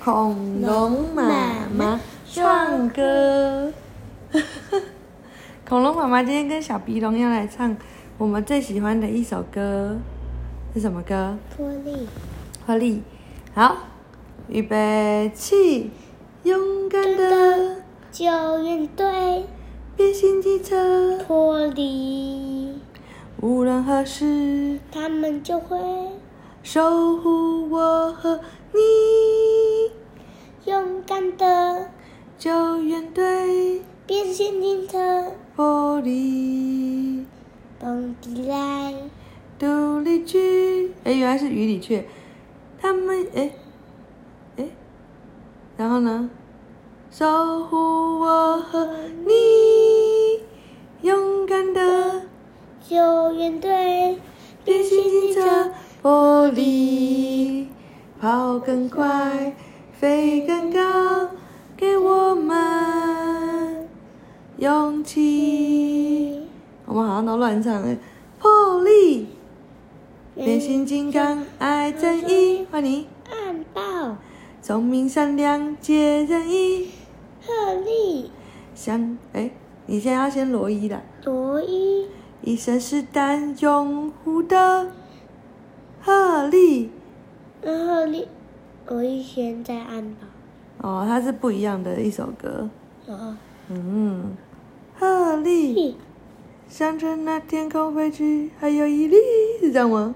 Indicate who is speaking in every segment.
Speaker 1: 恐龙妈妈唱歌。 恐龙妈妈今天跟小鼻龙要来唱我们最喜欢的一首歌，是什么歌？
Speaker 2: 破例，
Speaker 1: 合力。好，预备起，勇敢的
Speaker 2: 救援队，
Speaker 1: 变形机车，
Speaker 2: 破例，
Speaker 1: 无论何时
Speaker 2: 他们就会
Speaker 1: 守护我和你。
Speaker 2: 勇敢的
Speaker 1: 救援队，
Speaker 2: 变形警车，
Speaker 1: 玻璃
Speaker 2: 蹦迪来，
Speaker 1: 独立剧，哎，原来是鱼里雀，他们哎哎，然后呢？守护我和你，勇敢的
Speaker 2: 救援队，
Speaker 1: 变形金车，玻璃跑更快，飞更高，给我们勇气。我们好像都乱唱了，破例。变形金刚爱正义，换你。
Speaker 2: 暗爆，
Speaker 1: 聪明善良解人意，
Speaker 2: 鹤立，
Speaker 1: 想哎，你现在要先罗伊的。
Speaker 2: 罗伊，
Speaker 1: 一生是胆勇虎的鹤立。
Speaker 2: 然后立，罗伊先在暗爆，
Speaker 1: 哦，它是不一样的一首歌。
Speaker 2: 然后
Speaker 1: 嗯，鹤立
Speaker 2: 立，
Speaker 1: 向着那天空飞去，还有一粒，是这样吗？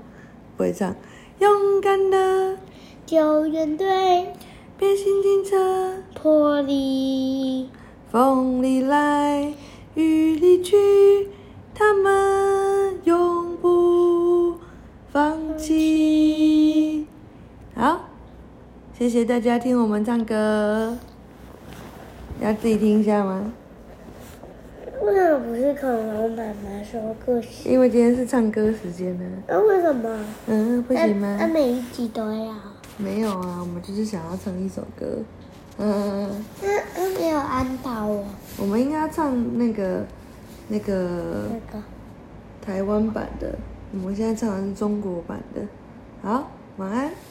Speaker 1: 不会唱。勇敢的
Speaker 2: 救援队，
Speaker 1: 变形警车，
Speaker 2: 破例，
Speaker 1: 风里来，雨里去，他们永不放弃。好，谢谢大家听我们唱歌，要自己听一下吗？
Speaker 2: 为什么不是恐龙妈妈说故事？
Speaker 1: 因为今天是唱歌时间呢。
Speaker 2: 那为什么？
Speaker 1: 嗯，不行吗
Speaker 2: 那？每一集都要。
Speaker 1: 没有啊，我们就是想要唱一首歌。嗯，
Speaker 2: 那那没有安到我
Speaker 1: 我们应该要唱那个那个
Speaker 2: 那个。
Speaker 1: 台湾版的，我们现在唱的是中国版的。好，晚安。